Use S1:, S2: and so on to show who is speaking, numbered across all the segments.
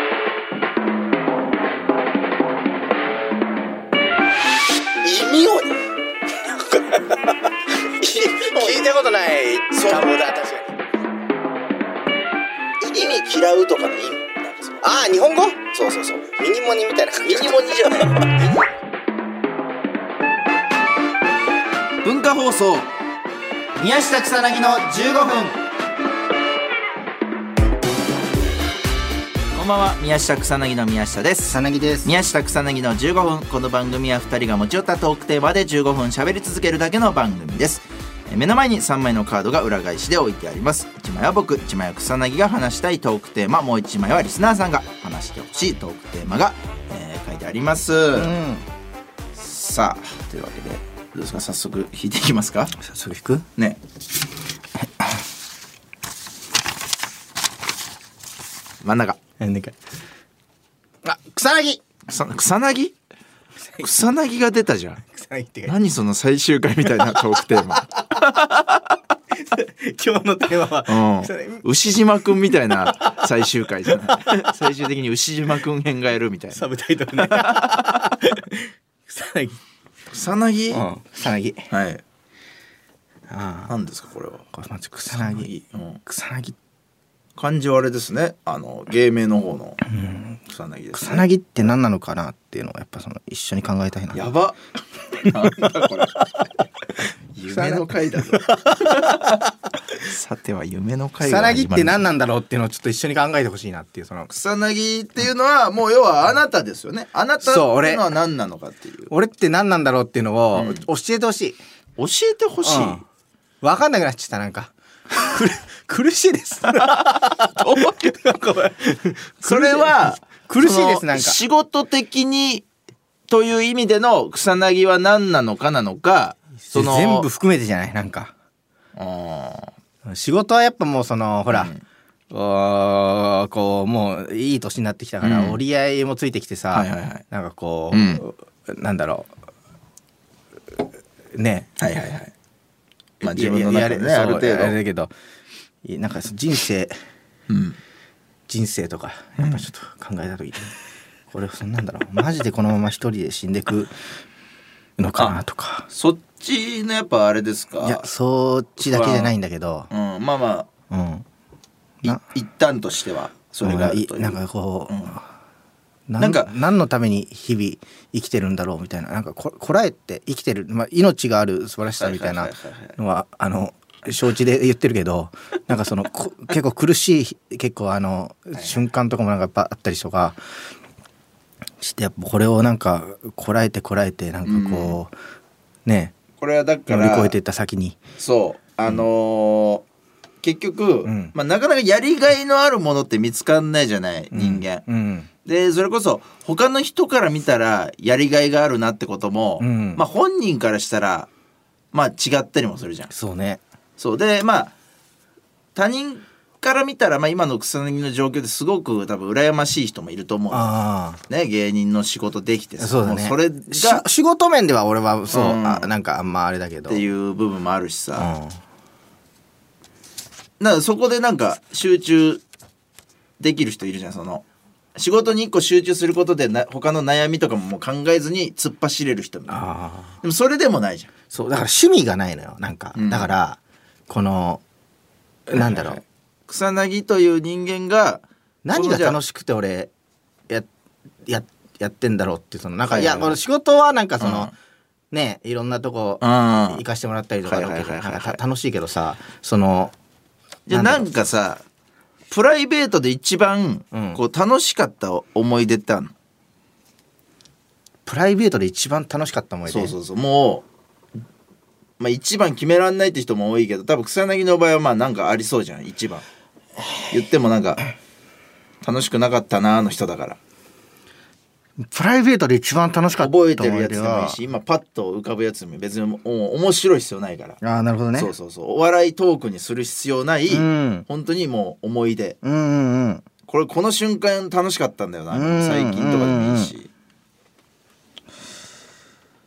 S1: 聞いたことない
S2: そう
S1: 単語だ確かに
S2: 意味嫌うとかの意味なんかその
S1: ああ日本語
S2: そうそうそう
S1: ミニモニみたいな感
S2: ミ
S1: じ
S2: ニモニじゃない
S3: 文化放送宮下草薙の15分こんばんは宮下草薙の宮下です
S4: 草薙です
S3: 宮下草薙の15分この番組は2人が持ち寄ったトークテーマで15分喋り続けるだけの番組ですえー目の前に3枚のカードが裏返しで置いてあります1枚は僕1枚は草薙が話したいトークテーマもう1枚はリスナーさんが話してほしいトークテーマが、えー書いてあります、
S4: うん
S3: さあというわけでどうですか早速引いていきますか
S4: 早速引く
S3: ね真ん中
S4: なんかあ草薙
S3: 草草薙草薙が出たじゃん
S4: 草薙ってか
S3: 何その最終回みたいなトークテーマ
S4: 今日のテーマは草
S3: うん
S4: 薙
S3: 牛島くんみたいな最終回じゃない 最終的に牛島くん編がやるみたいな
S4: サブタイトルね草薙
S3: 草薙、
S4: うん草薙
S3: はい
S4: ああ
S3: 何ですかこれは
S4: これまず草薙
S3: うん
S4: 草薙
S3: 漢字はあれですねあの芸名の方の草薙です、ね、
S4: 草薙って何なのかなっていうのをやっぱその一緒に考えたいな
S3: やば。なん だこれ。夢の回 だぞ。さては夢の回
S4: 草薙って何
S3: な
S4: なんだろうっていうのをちょっと一緒に考えてほしいなっていうその
S3: 草薙っていうのはもう要はあなたですよね。あなたって
S4: そう
S3: い
S4: 俺
S3: うのは何なのかっていう。
S4: 俺って何なんだろうっていうのを
S3: うん
S4: 教えてほしい、
S3: 教えてほし
S4: う
S3: い。
S4: ん分かんなくなっちゃったなんか苦苦しいですなんか これ
S3: それは
S4: 苦しいです
S3: その
S4: なんか
S3: 仕事的にという意味での草薙は何なのかなのか。その
S4: 全部。含めてじゃないなんか
S3: あ
S4: 仕事はやっぱもうそのほら、
S3: うん
S4: おーこうもういい年になってきたから、
S3: うん
S4: 折り合いもついてきてさ、
S3: はいはいはい
S4: なんかこ
S3: うん
S4: う、なんだろうね
S3: ーはいはいはい。まあ
S4: い
S3: 自
S4: や
S3: 分の中で
S4: い
S3: ね
S4: やや
S3: あ
S4: れ
S3: る
S4: そ
S3: 程
S4: うやれ
S3: 度。
S4: るけどいやなんかその人生
S3: うん。
S4: 人生とかやっぱちょっと考えた時に、これそんなんだろうマジでこのまま一人で死んでくのかなとか
S3: そっちのやっぱあれですか。
S4: いやそっちだけじゃないんだけど、
S3: うん、まあま
S4: うん、
S3: あ
S4: ない
S3: 一旦としてはそれがある
S4: い
S3: という
S4: なんかこう、
S3: な
S4: なんん
S3: か
S4: か何のために日々生きてるんだろうみたいななんかここらえって生きてる、まあ、命がある素晴らしさみたい
S3: は
S4: ない
S3: はいはいはい
S4: のはあの承知で言ってるけどなんかそのこ結構苦しい結構あの瞬間とかもなんかやっぱあったりとかしてやっぱこれをなんかこらえてこらえてなんかこう、ね
S3: これはだか
S4: 乗り
S3: ら
S4: 越えていった先に
S3: そうあのー結局、
S4: うん
S3: まあ、なかなかやりがいのあるものって見つかんないじゃない人間、
S4: うん
S3: でそれこそ他の人から見たらやりがいがあるなってことも、
S4: うん
S3: まあ、本人からしたらまあ違ったりもするじゃん
S4: そうね
S3: そうでまあ他人から見たら、まあ、今の草薙の状況ですごく多分羨ましい人もいると思う
S4: ああ
S3: ね、芸人の仕事できてさ
S4: そうだ
S3: も
S4: ね。
S3: それが
S4: し仕事面では俺はそう、
S3: うん
S4: あなんかあんまあれだけど。。
S3: っていうう部分もあるしさ、
S4: ん、
S3: なんかそこでなんか集中できる人いるじゃんその仕事に一個集中することでな他の悩みとかももう考えずに突っ走れる人みたいな
S4: ああ。
S3: でもそれでもないじゃん
S4: そうだから趣味がないのよなんか、
S3: うん
S4: だからこのなんだろう、
S3: 草薙という人間が
S4: 何が楽
S3: しい
S4: しくて俺やややってんだろうっていうそのなんか、
S3: はいいはいはい
S4: やこの仕事はなんかその、
S3: うん
S4: ねいろんなとこ
S3: あ
S4: 行かしてもらったりとか
S3: はい
S4: ロ
S3: はいはい
S4: ケ
S3: はいはい
S4: なんかた楽しいけどさその
S3: じゃあ
S4: な
S3: な
S4: だ
S3: ん
S4: ろ
S3: んかさプライベートで一番
S4: うん
S3: こう楽しかった思い出ってあるの、
S4: プライベートで一番楽しかった思い出
S3: そうそうそうもう、まあ、一番決めらんないって人も多いけど多分草薙の場合はまあなんかありそうじゃん一番言ってもなんか楽しくなかったなあの人だから
S4: プライベートで一番楽しかった思
S3: 覚
S4: い
S3: え
S4: 出
S3: て
S4: は
S3: るやつでもいいし今パッと浮かぶやつでも別にもう面白い必要ないから、
S4: ああなるほどね
S3: そうそうそうお笑いトークにする必要ない、
S4: うん
S3: 本当にもう思い出
S4: うんうんうん
S3: これこの瞬間楽しかったんだよな
S4: うん
S3: 最近とかでもいいし、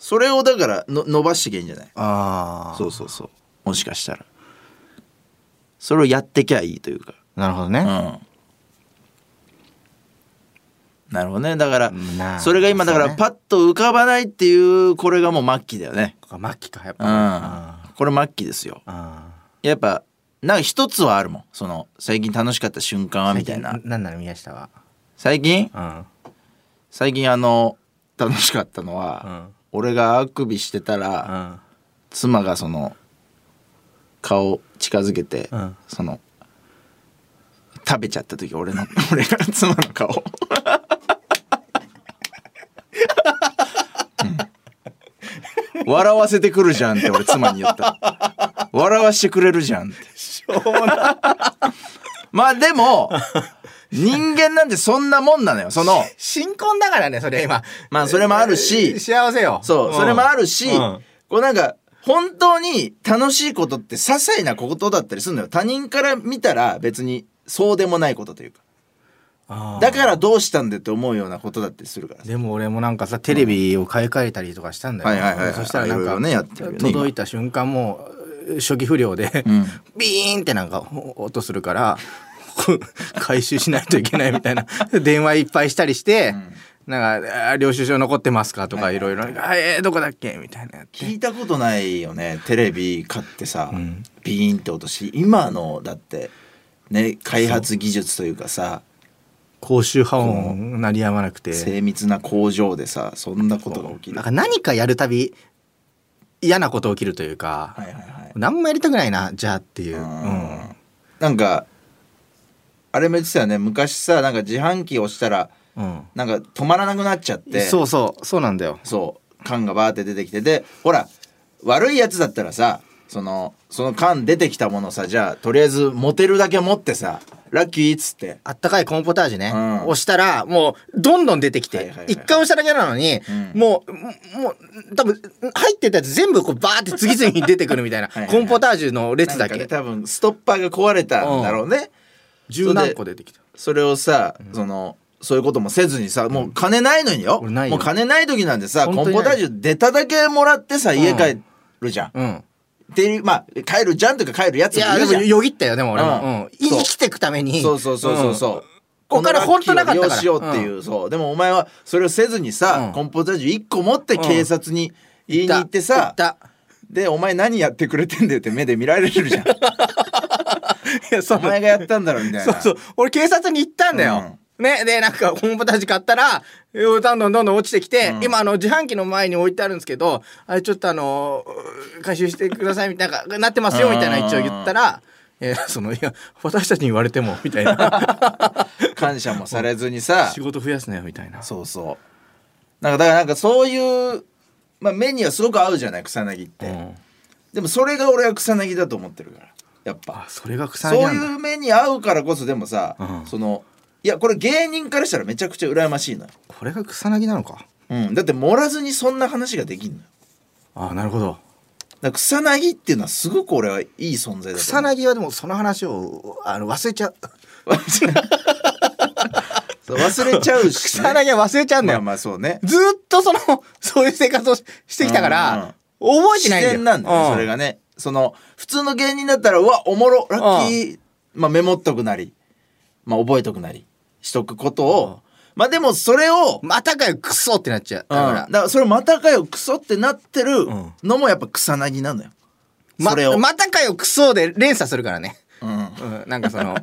S3: それをだからの伸ばしていけばいいんじゃない
S4: ああ
S3: そうそうそうもしかしたらそれをやってきゃいいというか
S4: なるほど
S3: う
S4: ね、
S3: んなるほどねだから
S4: なあ
S3: それが今だから
S4: そうね
S3: パッと浮かばないっていうこれがもう末期だよね
S4: マッキーかやっ
S3: うん
S4: ぱ、
S3: これ末期ですよ
S4: あ
S3: やっぱなんか一つはあるもんその最近楽しかった瞬間
S4: あ
S3: はみたいな
S4: なんなの宮下は
S3: 最近
S4: うん
S3: 最近あの楽しかったのは、
S4: うん
S3: 俺があくびしてた
S4: う
S3: ら、
S4: ん
S3: 妻がその顔近づけて、
S4: うん
S3: その食べちゃった時俺の 俺が妻の顔、うん笑わせてくるじゃんって俺妻に言ったの笑わしてくれるじゃんってまあ でも人間なんてそんなもんなのよその
S4: 新婚だからねそれ今
S3: まあそれもあるし
S4: 幸せよ
S3: そう、
S4: ん
S3: それもあるし、
S4: うん
S3: こうなんか、本当に楽しいことって些細なことだったりするのよ。他人から見たら別にそうでもないことというか。
S4: あー
S3: だからどうしたんでって思うようなことだったりするからさ。
S4: でも俺もなんかさテレビを買い替えたりとかしたんだよ、
S3: はいはいはいはい
S4: そしたらなん
S3: いろい
S4: か、
S3: ろねやってるよね今
S4: 届いた瞬間もう初期不良で、
S3: ん
S4: ビーンってなんか音するから回収しないといけないみたいな電話いっぱいしたりして、なんかあ「領収書残ってますか?」とかいろいろ「あえーどこだっけ?」みたいなやって
S3: 聞いたことないよね。テレビ買ってさ、
S4: ん
S3: ビーンって音し、今のだって、ね、開発技術というかさ、
S4: 高周波音鳴りやまなくて
S3: 精密な工場でさ、そんなことが起きる。
S4: なんか
S3: は
S4: 何かやるたび嫌なこと起きるというか、
S3: いはいはい。
S4: 何もやりたくないなじゃあっていう。うん
S3: なんか、あれも言ってたよね。昔さ、なんか自販機押したら、
S4: うん
S3: なんか止まらなくなっちゃって
S4: そうそうそうなんだよ
S3: そう缶がバーって出てきてでほら悪いやつだったらさそのその缶出てきたものさじゃあとりあえず持てるだけ持ってさラッキーっつって
S4: あったかいコーンポタージュね、
S3: うん
S4: 押したらもうどんどん出てきて、
S3: はいはいはい
S4: 一回押しただけなのに、
S3: うん
S4: もうもう多分入ってたやつ全部こうバーって次々に出てくるみたいな
S3: はいはい
S4: コーンポタージュの列
S3: なん
S4: だ
S3: か
S4: け、
S3: ね多分ストッパーが壊れたんだろうね、
S4: 十何個出てきた
S3: それをさ、そのそういうこともせずにさもう金ないのによ,、
S4: 俺ないよ
S3: もう金ない時なんでさコ
S4: 本当
S3: ン
S4: にない
S3: ポタージュ出ただけもらってさ
S4: ん
S3: 家帰るじゃん、
S4: うん
S3: でまあ帰るじゃんというか帰るやつ
S4: い
S3: も
S4: や
S3: い
S4: で
S3: る
S4: も
S3: じゃん
S4: よぎったよでも俺も、
S3: うん
S4: うん
S3: そう
S4: 生きてくために
S3: そうそうそうそうそう。
S4: ここから
S3: のラッキ
S4: 本当
S3: ーを
S4: なかったから
S3: 利用しようっていう、そうでもお前はそれをせずにさ、
S4: うん
S3: コンポタージュ1個持って警察に言いに行って
S4: 行
S3: さ、
S4: った
S3: でお前何やってくれてんだよって目で見られるじゃん
S4: いやそう
S3: お前がやったんだろみたいな
S4: そうそう俺警察に行ったんだよ、ねでなんかコーンポタージュ買ったらえーどんどんどんどん落ちてきて、
S3: うん
S4: 今あの自販機の前に置いてあるんですけどあれちょっとあのー回収してくださいみたいななんかなってますよみたいな一応言ったら。えーそのいや私たちに言われてもみたい な
S3: 感謝もされずにさ
S4: 仕事増やすなよみたいな
S3: そうそうなんかだからなんかそういう、まあ、目にはすごく合うじゃない草薙って、
S4: うん
S3: でもそれが俺は草薙だと思ってるからやっぱ
S4: あそれが草薙
S3: そう
S4: なんだ
S3: いう目に合うからこそでもさ、
S4: うん
S3: そのいやこれ芸人からしたらめちゃくちゃ羨ましいのよ
S4: これが草薙なのか
S3: うん、だって盛らずにそんな話ができんのよ
S4: あなるほど
S3: だから草薙っていうのはすごく俺はいい存在だと
S4: 草
S3: 思う
S4: 薙はでもその話をあの忘れちゃう
S3: そう忘れちゃうし、
S4: 草薙は忘れちゃうんだ
S3: ま
S4: よ、
S3: あまあそうね
S4: ずーっとその、 そういう生活をししてきたから、覚えて
S3: 自
S4: ないんだよ。
S3: 然なんだよね、
S4: うん
S3: それがねその普通の芸人だったらうわおもろラッキー、まあ、メモっとくなり、まあ、覚えとくなりしとくことを、まあでもそれを、
S4: またかよ、クソってなっちゃう。
S3: だ
S4: だ
S3: か
S4: からら、
S3: だからそれまたかよクソってなってる
S4: ん
S3: のもやっぱ草薙なのよ、
S4: ま
S3: それを、
S4: またかよ、クソで連鎖するからね。
S3: うん、
S4: うん、なんかそ の、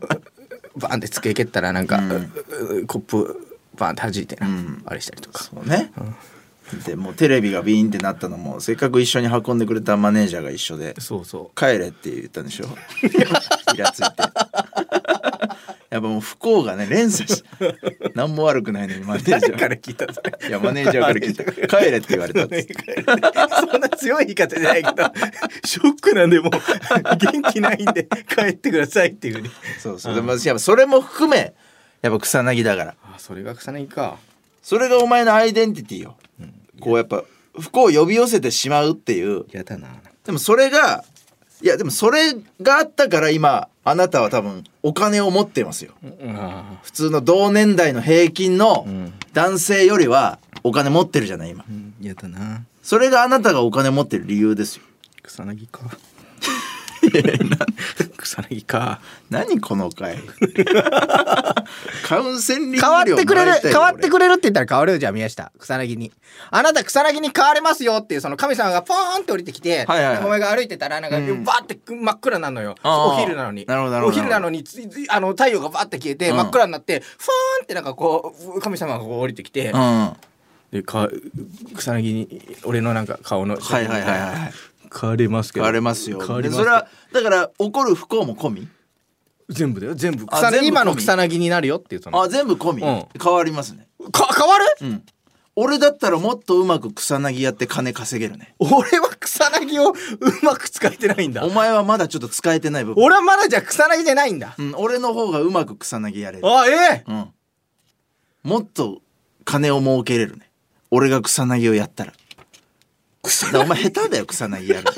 S4: バーンって机蹴ったら、なんか、うコップ、バーンって弾いてな、あれしたりとか。
S3: そうね、でもうテレビがビーンってなったのもせっかく一緒に運んでくれたマネージャーが一緒で
S4: そうそ
S3: 「帰れ」って言ったん でしょイラついてやっぱもう不幸がね連 鎖し何も悪くないのにマネージャ
S4: 誰
S3: ー
S4: から聞いたのそれ
S3: いやマネージャーから聞い た「帰れ」って言われたっつって
S4: そんな強い言い方じゃないけ ど、ショックなんで、もう、元気ないんで、帰ってくださいっていうふうに。
S3: そうそうでもやっぱそれも含めやっぱ草薙だから
S4: あ、それが草薙か。
S3: それがお前のアイデンティティよ、こうやっぱ不幸を呼び寄せてしまうっていう
S4: 嫌だな。
S3: でもそれがいやでもそれがあったから今あなたは多分お金を持ってますよ
S4: うん。
S3: 普通の同年代の平均の
S4: ん
S3: 男性よりはお金持ってるじゃない今
S4: 嫌だな
S3: それがあなたがお金持ってる理由ですよ
S4: 草薙か草薙か
S3: 何この 回カウンセリング
S4: 変わってくれる変わって
S3: れ
S4: くれるって言ったら変わるよじゃあ宮下草薙にあなた草薙に変われますよっていうその神様がポーンって降りてきて、
S3: はいはいはい
S4: お前が歩いてたらなんか、
S3: うん
S4: バーって真っ暗なのよ
S3: あー
S4: お昼なのに
S3: なるほどなるほど
S4: お昼なのについついあの太陽がバーって消えて、
S3: うん
S4: 真っ暗になってフーンってなんかこう神様がこう降りてきて、
S3: うん
S4: でか草薙に俺のなんか顔の
S3: はいはいはいはい
S4: 変われますけ
S3: 変
S4: ど
S3: われますよ
S4: 変わり
S3: で
S4: ます
S3: それはだから怒る不幸も込み
S4: 全部だよ全部
S3: あ
S4: 草
S3: 全
S4: 薙
S3: 部
S4: 今の草薙になるよっていうその
S3: あ全部込み、
S4: うん
S3: 変わりますね
S4: か変わる、
S3: うん俺だったらもっとうまく草薙やって金稼げるね
S4: 俺は草薙をうまく使えてないんだ
S3: お前はまだちょっと使えてない部分
S4: 俺はまだじゃあ草薙じゃないんだ。
S3: うん、俺の方がうまく草薙やれる、
S4: あ、ええ
S3: うん、もっと金を儲けれるね俺が草薙をやったらだからお前下手だよ草薙やるの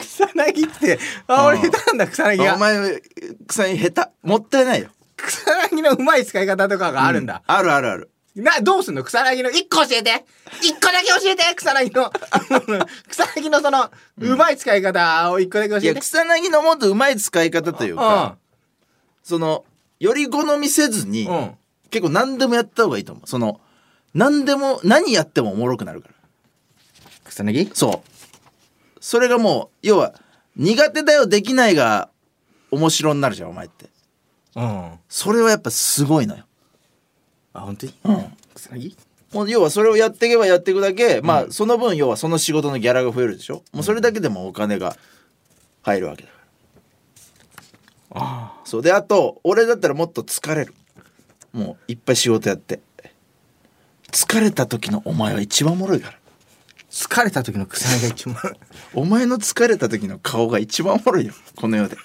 S4: 草薙って、あ、俺
S3: うん
S4: 下手なんだ、草薙
S3: お
S4: が。
S3: 前草薙下手もったいないよ
S4: 草薙のうまい使い方とかがあるんだ。
S3: あるあるある
S4: な、どうすんの草薙の、一個教えて一個だけ教えて草薙の、 草薙のその、うまい使い方を一個だけ
S3: い
S4: 教え
S3: や
S4: て。
S3: 草薙のもっとうまい使い方という
S4: う
S3: か、そのより好みせずに、
S4: ん。うん。
S3: 結構何でもやった方がいいと思うその何でも何やってもおもろくなるから
S4: 草薙
S3: そうそれがもう要は苦手だよできないが面白になるじゃんお前って
S4: うん。あ、
S3: それはやっぱすごいのよ、
S4: 本当に
S3: うん、
S4: 草薙
S3: もう要はそれをやっていけばやっていくだけ、まあその分要はその仕事のギャラが増えるでしょもうそれだけでもお金が入るわけだから、そうであと俺だったらもっと疲れるもういっぱい仕事やって疲れた時のお前は一番おもろいから
S4: 疲れた時の草薙が一番。
S3: お前の疲れた時の顔が一番おもろいよこの世で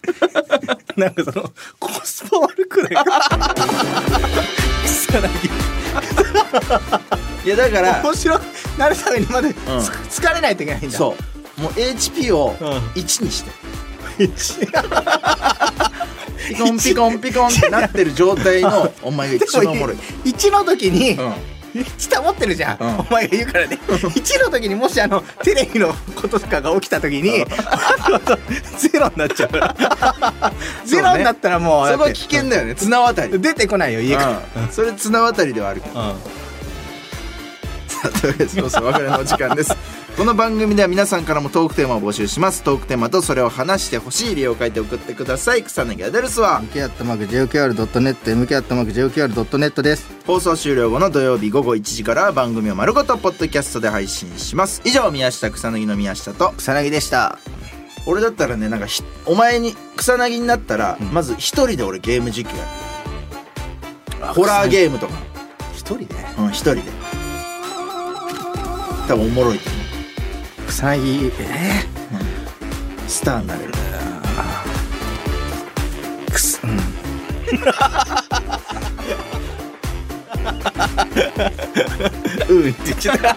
S4: なんかその、コスパ悪くない草薙。
S3: いやだから
S4: 面白くなるためにまで、つ
S3: ん
S4: 疲れないといけないんだ
S3: そうもう HP を1にして、ピコンピコンピコンってなってる状態 のお前が一番おもろい、
S4: 1の時に、
S3: うん
S4: 1保ってるじゃん、
S3: うん
S4: お前が言うからね1の時にもしあのテレビのこととかが起きた時に、 ゼロになっちゃうから ゼロになったらもう
S3: そこ
S4: だ
S3: は
S4: って
S3: 危険だよね綱渡り、
S4: 出てこないよ家から、
S3: うんそれ綱渡りではあるけど
S4: うん
S3: というわけでそろそろお別れのお時間 ですこの番組では皆さんからもトークテーマを募集しますトークテーマとそれを話してほしい理由を書いて送ってください草薙アドレスは
S4: MK.JOQR.net MK.JOQR.net です
S3: 放送終了後の土曜日午後1時からは番組を丸ごとポッドキャストで配信します以上宮下草薙の宮下と
S4: 草薙でした
S3: 俺だったらねなんかひお前に草薙になったら、まず一人で俺ゲーム実況やるホラーゲームとか
S4: 一人で
S3: うん一人で多分おもろいと思う
S4: 草薙え
S3: スターになれる
S4: ー、くすうん
S3: うんって言っちゃった